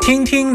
听听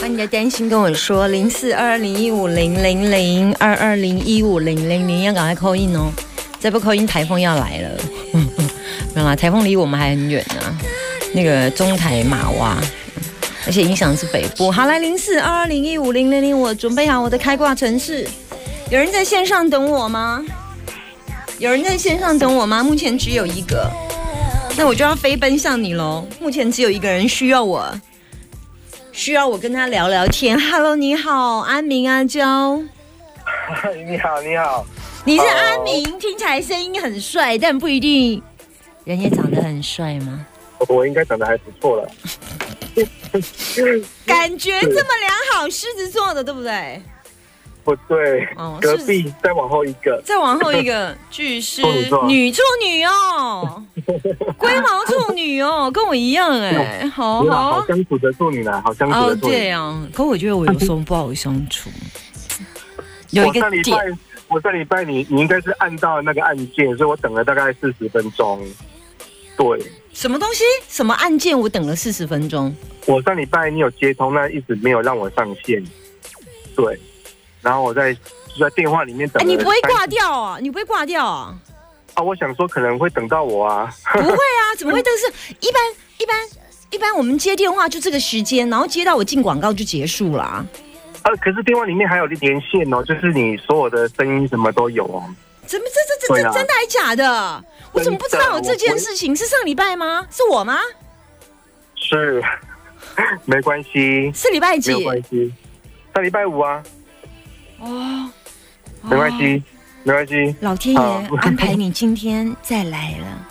把你的担心跟我说，零四二二零一五零零零二二零一五零零零，要赶快扣印哦，再不扣印台风要来了。 没有啦，台风离我们还很远啊，那个中台马哇。而且影响是北部。好，来零四二二零一五零零零，我准备好我的开挂城市。有人在线上等我吗？有人在线上等我吗？目前只有一个，那我就要飞奔向你喽。目前只有一个人需要我，需要我跟他聊聊天。Hello，你好，安明阿娇， 你好，你好，你是安明，听起来声音很帅，但不一定人也长得很帅吗？我应该长得还不错了。 感觉这么良好，狮子座的对不对？不对，哦隔是壁再往后一个，再往后一个巨是处女座女处女 哦，龟毛处女哦，跟我一样哎、好你好好好相处的处女男，好相处哦的，处对女。啊，可我觉得我有时候不好相处，有一我上个礼点拜，我上礼拜你你应该是按到那个按键，所以我等了大概四十分钟。对，什么东西什么按键，我等了四十分钟，我上礼拜你有接通，但一直没有让我上线。对，然后我在就在电话里面等哎，了30。你不会挂掉啊？你不会挂掉啊？ 啊？我想说可能会等到我啊。 不会啊，怎么会？但是一般一般一般我们接电话就这个时间，然后接到我进广告就结束了、啊，啊，可是电话里面还有连线哦，就是你所有的声音什么都有哦。怎么这这这对这啊真的还假的？我怎么不知道有这件事情？是上礼拜吗？是我吗？是，没关系，是礼拜没几有？关系。上礼拜五啊，哦，没关系，没关系。老天好爷安排你今天再来了。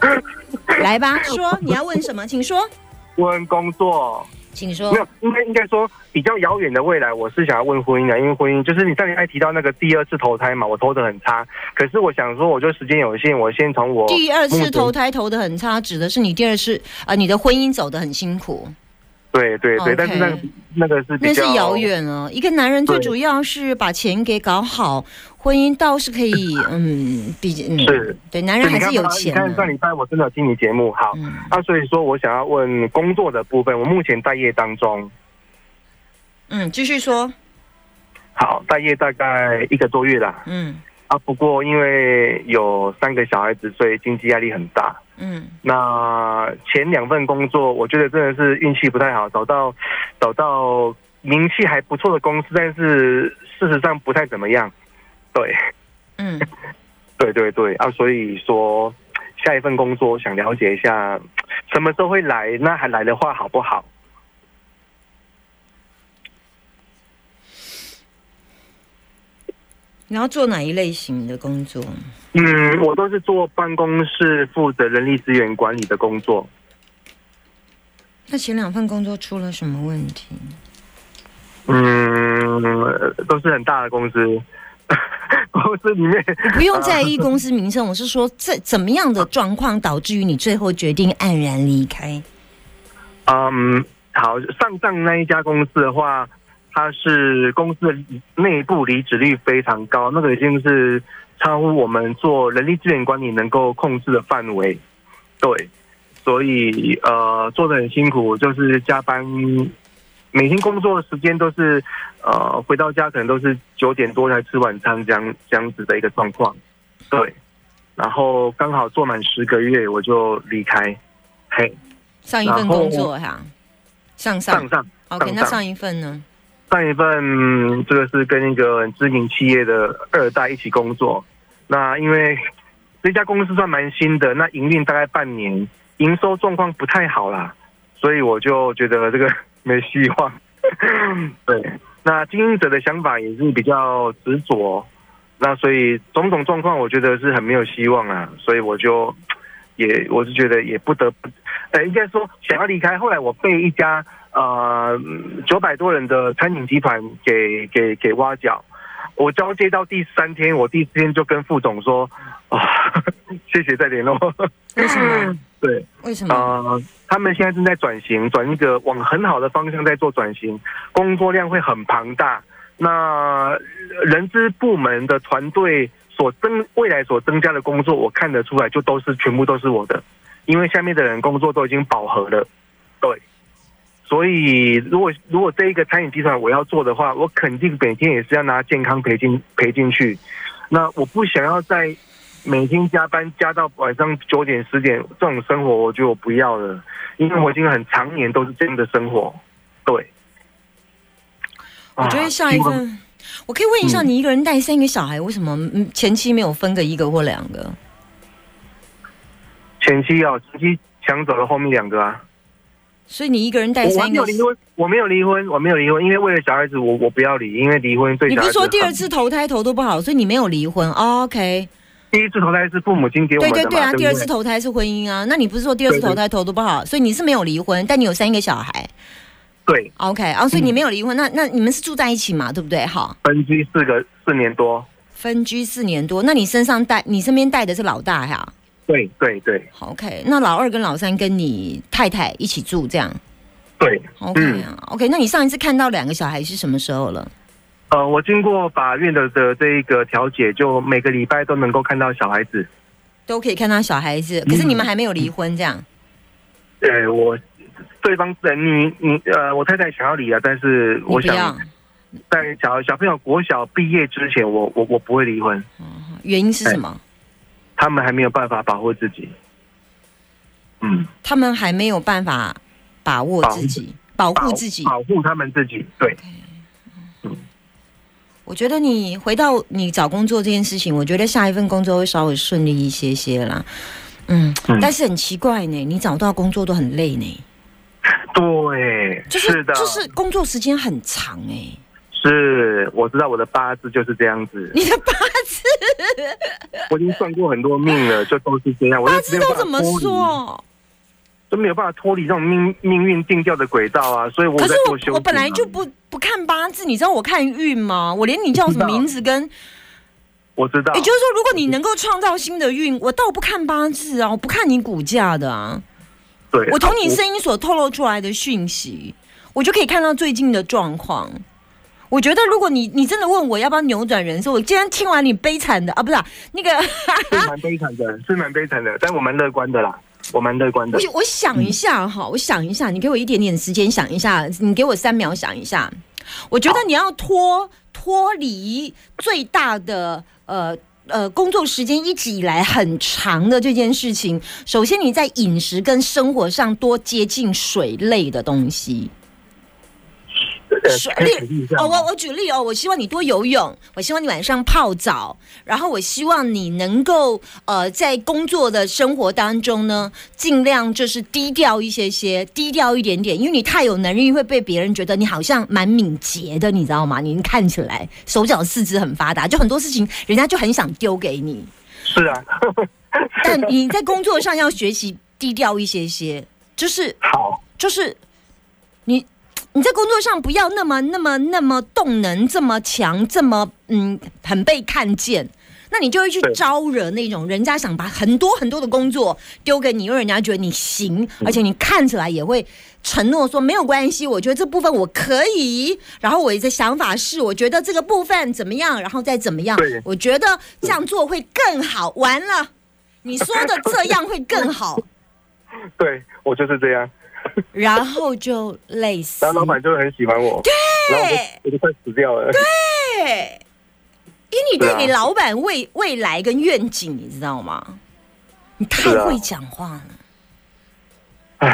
来吧，说你要问什么，请说，问工作请没说。有，应该应该说比较遥远的未来，我是想要问婚姻的，因为婚姻就是你上礼拜提到那个第二次投胎嘛，我投的很差。可是我想说，我就时间有限，我先从我第二目次前投胎投的很差，指的是你第二次啊、呃你的婚姻走得很辛苦，对对对 OK 但是那个那个是那比是较遥。远哦。一个男人最对主要是把钱给搞好，婚姻倒是可以，嗯，比嗯，是对，男对人你还看是有吧钱你看的。上礼拜我真的有听你节目，好，嗯，啊，所以说我想要问工作的部分，我目前待业当中，嗯，继续说，好，待业大概一个多月啦。嗯啊，不过因为有三个小孩子，所以经济压力很大。嗯，那前两份工作，我觉得真的是运气不太好，找到找到名气还不错的公司，但是事实上不太怎么样。对嗯，对对对啊，所以说下一份工作想了解一下什么时候会来，那还来的话好不好？你要做哪一类型的工作？嗯，我都是做办公室负责人力资源管理的工作。那前两份工作出了什么问题？嗯，都是很大的公司， 公司里面 不用在意公司名声， 我是说，这怎么样的状况导致于你最后决定黯然离开？嗯，好，上上那一家公司的话，它是公司的内部离职率非常高，那个已经是超乎我们做人力资源管理能够控制的范围。对，所以呃，做的很辛苦，就是加班，每天工作时间都是呃，回到家可能都是九点多才吃晚餐这样这样子的一个状况。对，然后刚好做满十个月，我就离开。嘿，上一份工作哈，上上上上。 OK，上那上一份呢？上一份嗯这个是跟一个很知名企业的二代一起工作，那因为这家公司算蛮新的，那营运大概半年，营收状况不太好啦，所以我就觉得这个没希望。 对，那经营者的想法也是比较执着，那所以种种状况我觉得是很没有希望啊，所以我就也我是觉得也不得不，呃，应该说想要离开。后来我被一家呃九百多人的餐饮集团给给给挖角。我交接到第三天，我第四天就跟副总说啊， 谢谢再联络。为什么？ 对，为什么？呃，他们现在正在转型，转一个往很好的方向在做转型，工作量会很庞大。那呃人资部门的团队所增未来所增加的工作，我看得出来，就都是全部都是我的，因为下面的人工作都已经饱和了。对，所以如果如果这一个餐饮集团我要做的话，我肯定每天也是要拿健康赔进赔进去。那我不想要在每天加班加到晚上九点十点这种生活，我觉得我不要了，因为我已经很常年都是这样的生活。对，我觉得像一啊份，我可以问一下，嗯你一个人带三个小孩，为什么嗯前期没有分个一个或两个？前期啊，前期抢走了后面两个啊。所以你一个人带我还三个没有，离婚，我没有离婚，我没有离婚，因为为了小孩子，我我不要离，因为离婚对你小不是孩子说很。第二次投胎投的不好，所以你没有离婚、哦、？OK，第一次投胎是父母亲给我对们对的嘛，对啊，不第二次投胎是婚姻啊。那你不是说第二次对对投胎投的不好，所以你是没有离婚，但你有三个小孩对，OK 啊，所以你没有离婚，那那你们是住在一起嘛，对不对？好，分居四个四年多，分居四年多，那你身上带你身边带的是老大呀、对对对好 OK，那老二跟老三跟你太太一起住这样对， ，OK 啊、OK，那你上一次看到两个小孩是什么时候了？呃，我经过法院的的这一个调解，就每个礼拜都能够看到小孩子。都可以看到小孩子，可是你们还没有离婚这样。对呃我，对方呃，你你呃，我太太想要离啊，但是你我不要想，在小小朋友国小毕业之前，我我我不会离婚，原因是什么？他们还没有办法保护自己。嗯，他们还没有办法把握自己，保护自己。保护他们自己，对。我觉得你回到你找工作这件事情，我觉得下一份工作会稍微顺利一些些啦。嗯，嗯但是很奇怪呢，你找到工作都很累呢，对，就是的，就是工作时间很长哎、是，我知道我的八字就是这样子，你的八字我已经算过很多命了，就都是这样。我就八字没有都办法怎么脱离？说？就没有办法脱离这种命命运定调的轨道啊，所以我可在是做修我我本来就行啊不不看八字，你知道我看运吗？我连你叫什么我知道名字跟我知道也，就是说，如果你能够创造新的运，我倒不看八字啊，我不看你骨架的啊，对，啊我从你声音所透露出来的讯息，我就可以看到最近的状况。我觉得，如果你你真的问我要不要扭转人生，我今天听完你悲惨的啊，不是啊、那个， 是啊蛮悲惨的，是蛮悲惨的，但我蛮乐观的啦，我蛮乐观的我。我想一下哈，我想一下，你给我一点点时间想一下，你给我三秒想一下。我觉得你要脱脱离最大的呃呃工作时间一直以来很长的这件事情，首先你在饮食跟生活上多接近水类的东西。呃水可以鼓励一下哦，吗我我举例哦，我希望你多游泳，我希望你晚上泡澡，然后我希望你能够呃在工作的生活当中呢，尽量就是低调一些些，低调一点点，因为你太有能力会被别人觉得你好像蛮敏捷的，你知道吗？你看起来手脚四肢很发达，就很多事情人家就很想丢给你，是啊，但你在工作上要学习低调一些些，就是好，就是你你在工作上不要那么那么那么动能这么强，这么嗯很被看见。那你就会去对招惹那种人家想把很多很多的工作丢给你，因为人家觉得你行，嗯而且你看起来也会承诺说没有关系，我觉得这部分我可以，然后我的想法是，我觉得这个部分怎么样，然后再怎么样对，我觉得这样做会更好。完了，你说的这样会更好，对我就是这样，然后就累死然。后老板就很喜欢我，然后我就我就快死掉了，对，因为你是对啊你老板未未来跟愿景，你知道吗？你太是啊会讲话了。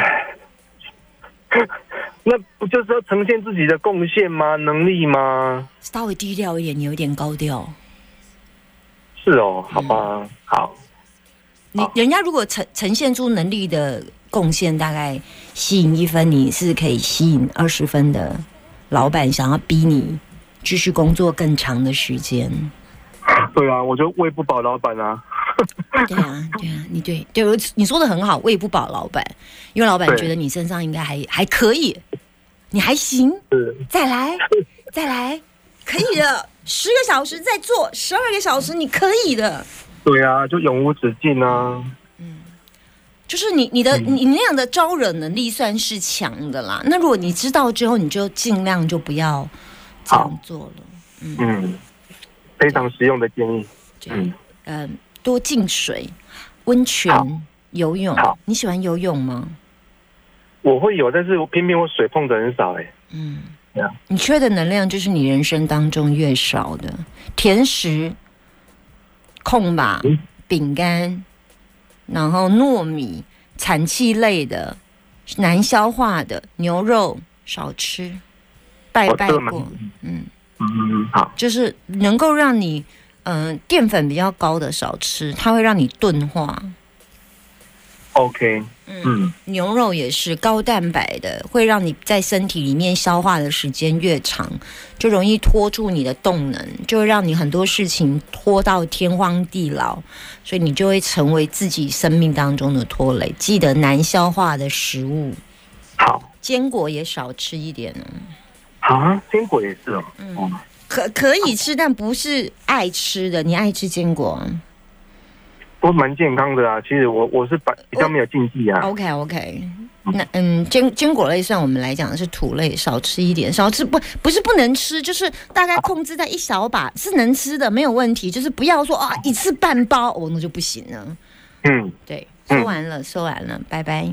那不就是要呈现自己的贡献吗？能力吗？稍微低调一点，你有点高调。是哦，好嗯吧，好，你好人家如果呈呈现出能力的贡献，大概吸引一分，你是可以吸引二十分的。老板想要逼你继续工作更长的时间，对啊，我就喂不饱老板啊。对啊，对啊，你对对，我你说的很好，喂不饱老板，因为老板对觉得你身上应该还还可以，你还行，是再 来，再来，可以的，十个小时再做，十二个小时你可以的，对啊，就永无止境啊。就是你你的嗯你你那样的招惹能力算是强的啦。那如果你知道之后，你就尽量就不要这样好做了。嗯，非常实用的建议。对，嗯嗯、多进水、温好泉、游泳好。你喜欢游泳吗？我会有，但是我偏偏我水碰的很少哎、嗯对啊，你缺的能量就是你人生当中越少的甜食、空吧嗯、饼干，然后糯米、产气类的、难消化的牛肉少吃，拜我拜吃了蛮过，嗯，嗯，好，就是能够让你嗯、呃淀粉比较高的少吃，它会让你钝化。 ，OK，嗯，牛肉也是高蛋白的，会让你在身体里面消化的时间越长，就容易拖住你的动能，就会让你很多事情拖到天荒地老，所以你就会成为自己生命当中的拖累。记得难消化的食物，好，坚果也少吃一点哦。啊，坚果也是哦，嗯，可可以吃，但不是爱吃的。你爱吃坚果啊都蛮健康的啊。其实我我是比比较没有禁忌啊， ？OK OK。那嗯，坚坚果类算我们来讲是土类，少吃一点，少吃不不是不能吃，就是大概控制在一小把是能吃的，没有问题，就是不要说啊一次半包哦那就不行了。嗯， 对，嗯说完了，说完了，拜拜，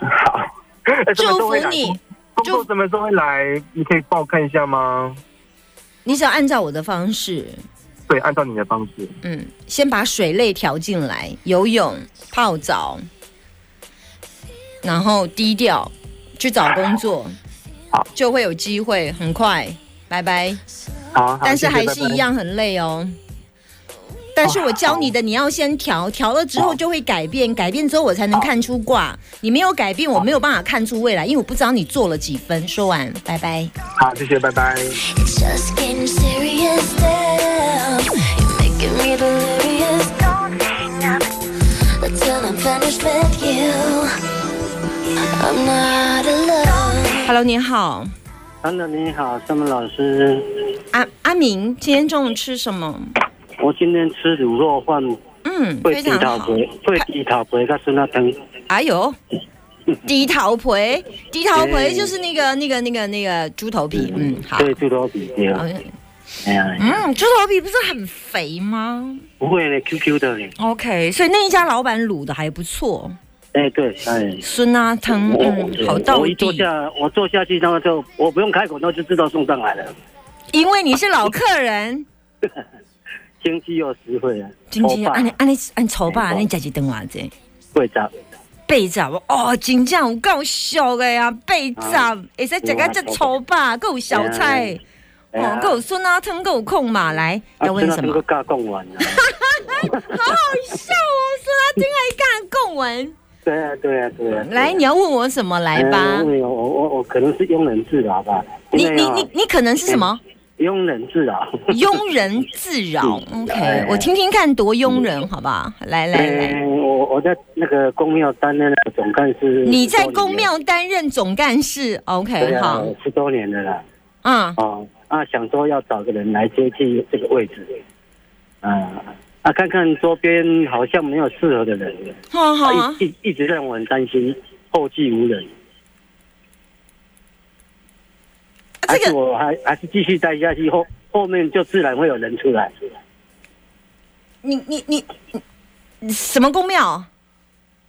好，哎祝什么时候会福来你。工祝作什么时候会来？你可以帮我看一下吗？你只要按照我的方式，对，按照你的方式。嗯，先把水类调进来，游泳、泡澡，然后低调去找工作好，就会有机会，很快，拜拜。好，好但是谢谢还拜是拜一样很累哦。但是我教你的，你要先调，调了之后就会改变，改变之后我才能看出卦。你没有改变，我没有办法看出未来，因为我不知道你做了几分。说完，拜拜。好，谢谢，拜拜。 It's just getting serious now. You're making me delirious. Don't hang up until I'm finished with you. I'm not alone. Hello，你好，安德你好，三门老师，阿阿明，今天中午吃什么？我今天吃卤肉饭，嗯，会非低常头好。皮，会低头皮，甲酸辣汤。哎呦， 低头皮，低头皮就是那个那个那个那个猪头皮。嗯，好。对，猪头皮对。哎呀，嗯，猪头皮不是很肥吗不会嘞，QQ 的嘞。 ？OK，所以那一家老板卤的还不错。哎，对，哎。孙啊汤，我嗯，好到我一坐底，下，我坐下去，然后就我不用开口，那就知道送上来了，因为你是老客人。经济又实惠了。真正啊我爸安尼安尼安丑吧，没错安尼食一顿偌济，会长，八十哦，真正有够俗的啊，八十会使食到这粗吧，够有小菜，哎呀哦，够有孙啊汤，够有空嘛，来啊要问什酸辣汤么都？尬供完了。好好笑哦，孙啊汤爱干贡文，对啊，对啊，对啊。来你要问我什么来吧哎？我有我我我可能是庸人自扰吧。你因为你啊你你可能是什么？庸人自扰。庸人自扰哎，OK，我听听看多庸人，好不好？来来来。嗯，我我在那个公庙担任那个总干事。你在公庙担任总干事对，OK，啊好，，十多年了啦。嗯，哦，啊，想说要找个人来接替这个位置。啊啊，看看周边好像没有适合的人，好好啊啊，一一一直让我很担心，后继无人。这还是啊个我还还是继续待下去，后后面就自然会有人出来。你你你你什么公庙？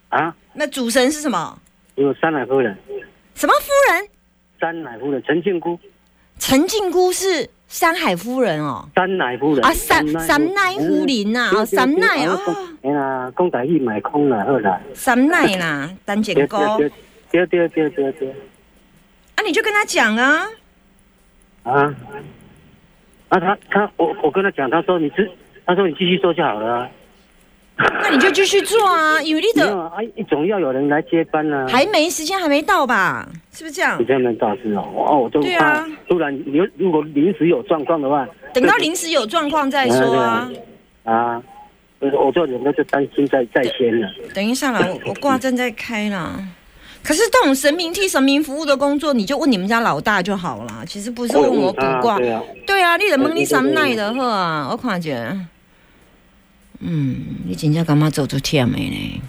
啊，那主神是什么？有三奶夫人，什么夫人？三奶夫人陈庆姑，陈靖姑是山海夫人哦，三奶夫人啊，三三奈夫人呐，啊，三奈啊，哎呀，公仔一买空了，后来。三奈啦，单简对高，对啊，对对对对对你就跟他讲啊，啊！啊，他他我我跟他讲，他说你是，他说你继续做就好了、啊。那你就继续做啊，有力没有的啊，一总要有人来接班啊。还没时间还没到吧？是不是这样你？这样大事哦，哦，我就对怕啊突然有如果临时有状况的话，等到临时有状况再说啊。啊，我我这种人都是担心在在先了。等一下啦，我我挂正在开啦。可是这种神明替神明服务的工作，你就问你们家老大就好啦。其实不是问我卜卦，对啊，嗯对啊，你就问你三奈就好啊，我看者。嗯，你真正感觉做足忝的呢？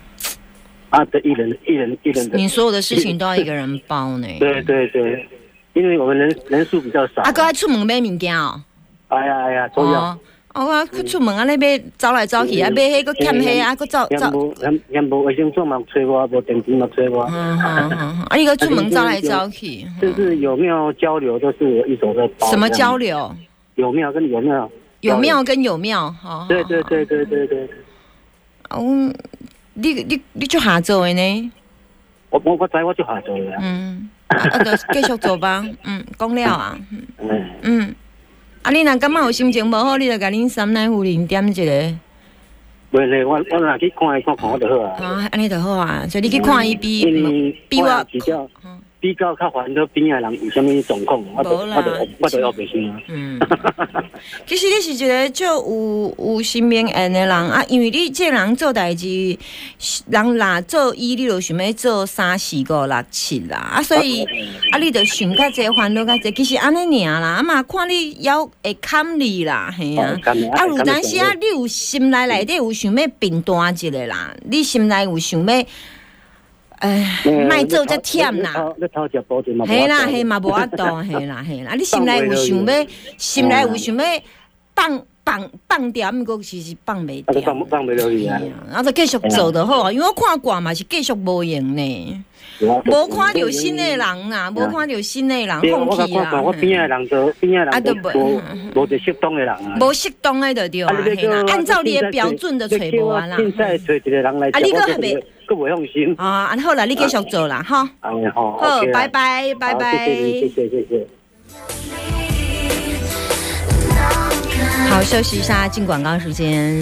啊，对，一人一人一人的。你所有的事情都要一个人包呢。对对对，因为我们人人数比较少。啊，哥爱出门买物件哦。哎呀哎呀，都要。，哦，我去出门啊，你买走来走去啊，嗯买迄个欠迄啊，佮走也走。无也也无卫生纸嘛催我，无电池嘛催我。嗯好好好，啊，你个出门走来走去，就是有没有交流，都是我一手在包。什么交？流？有没有跟有没有？有庙跟有庙，哦好。好对对。对对对对。啊，阮你你你就下做的呢，我我我知我就下做了。嗯，啊，啊就继续做吧， 嗯，讲了啊，嗯，嗯，啊，你若感觉有心情无好，你就甲恁三奶夫人点一个，袂咧，我我若去看一看看我就好啊。啊，安尼就好啊，所以你去看伊嗯比比我比较比较较烦恼边仔人有啥物状况，我就我就我就要提醒啊。 嗯，其实你是一个足有有心明缘的人啊，因为你这个人做代志，人若做一，你就想要做三、四、五、六、七啦，啊，所以啊，你就想较济，烦恼较济，其实安尼尔啦，啊嘛，看你要会堪你啦，嘿啊。哦啊，有当时啊，你有心内内底嗯有想要平淡一个啦，你心内有想要，哎，卖做遮忝啦。嗯你头食保证嘛。嘿啦，嘿嘛无法度， 嘿啦嘿啦，啊你心内有想要，心内有嗯想要放放放掉，毋过其实放袂啊，都掉。放放袂落去啊嘿！啊啊，就继续做就好啊，因为我看卦嘛是继续无用呢，无看到新的人啦，无看到新的人啊对啊，我放甲弃看啦看，我，边嘿仔的人都边仔啊的就人不都无无一个适当的人啊。无适当的就对啊，啊，你嘿啦，按照你的标准就揣无啊啦。凊彩找一个人来，啊你还袂袂，佫袂放心。啊，啊好啦，你继续做啦，哈，哎呀，好好，OK，啦拜拜，拜好拜。谢谢，谢谢，谢谢。好，休息一下，进广告时间。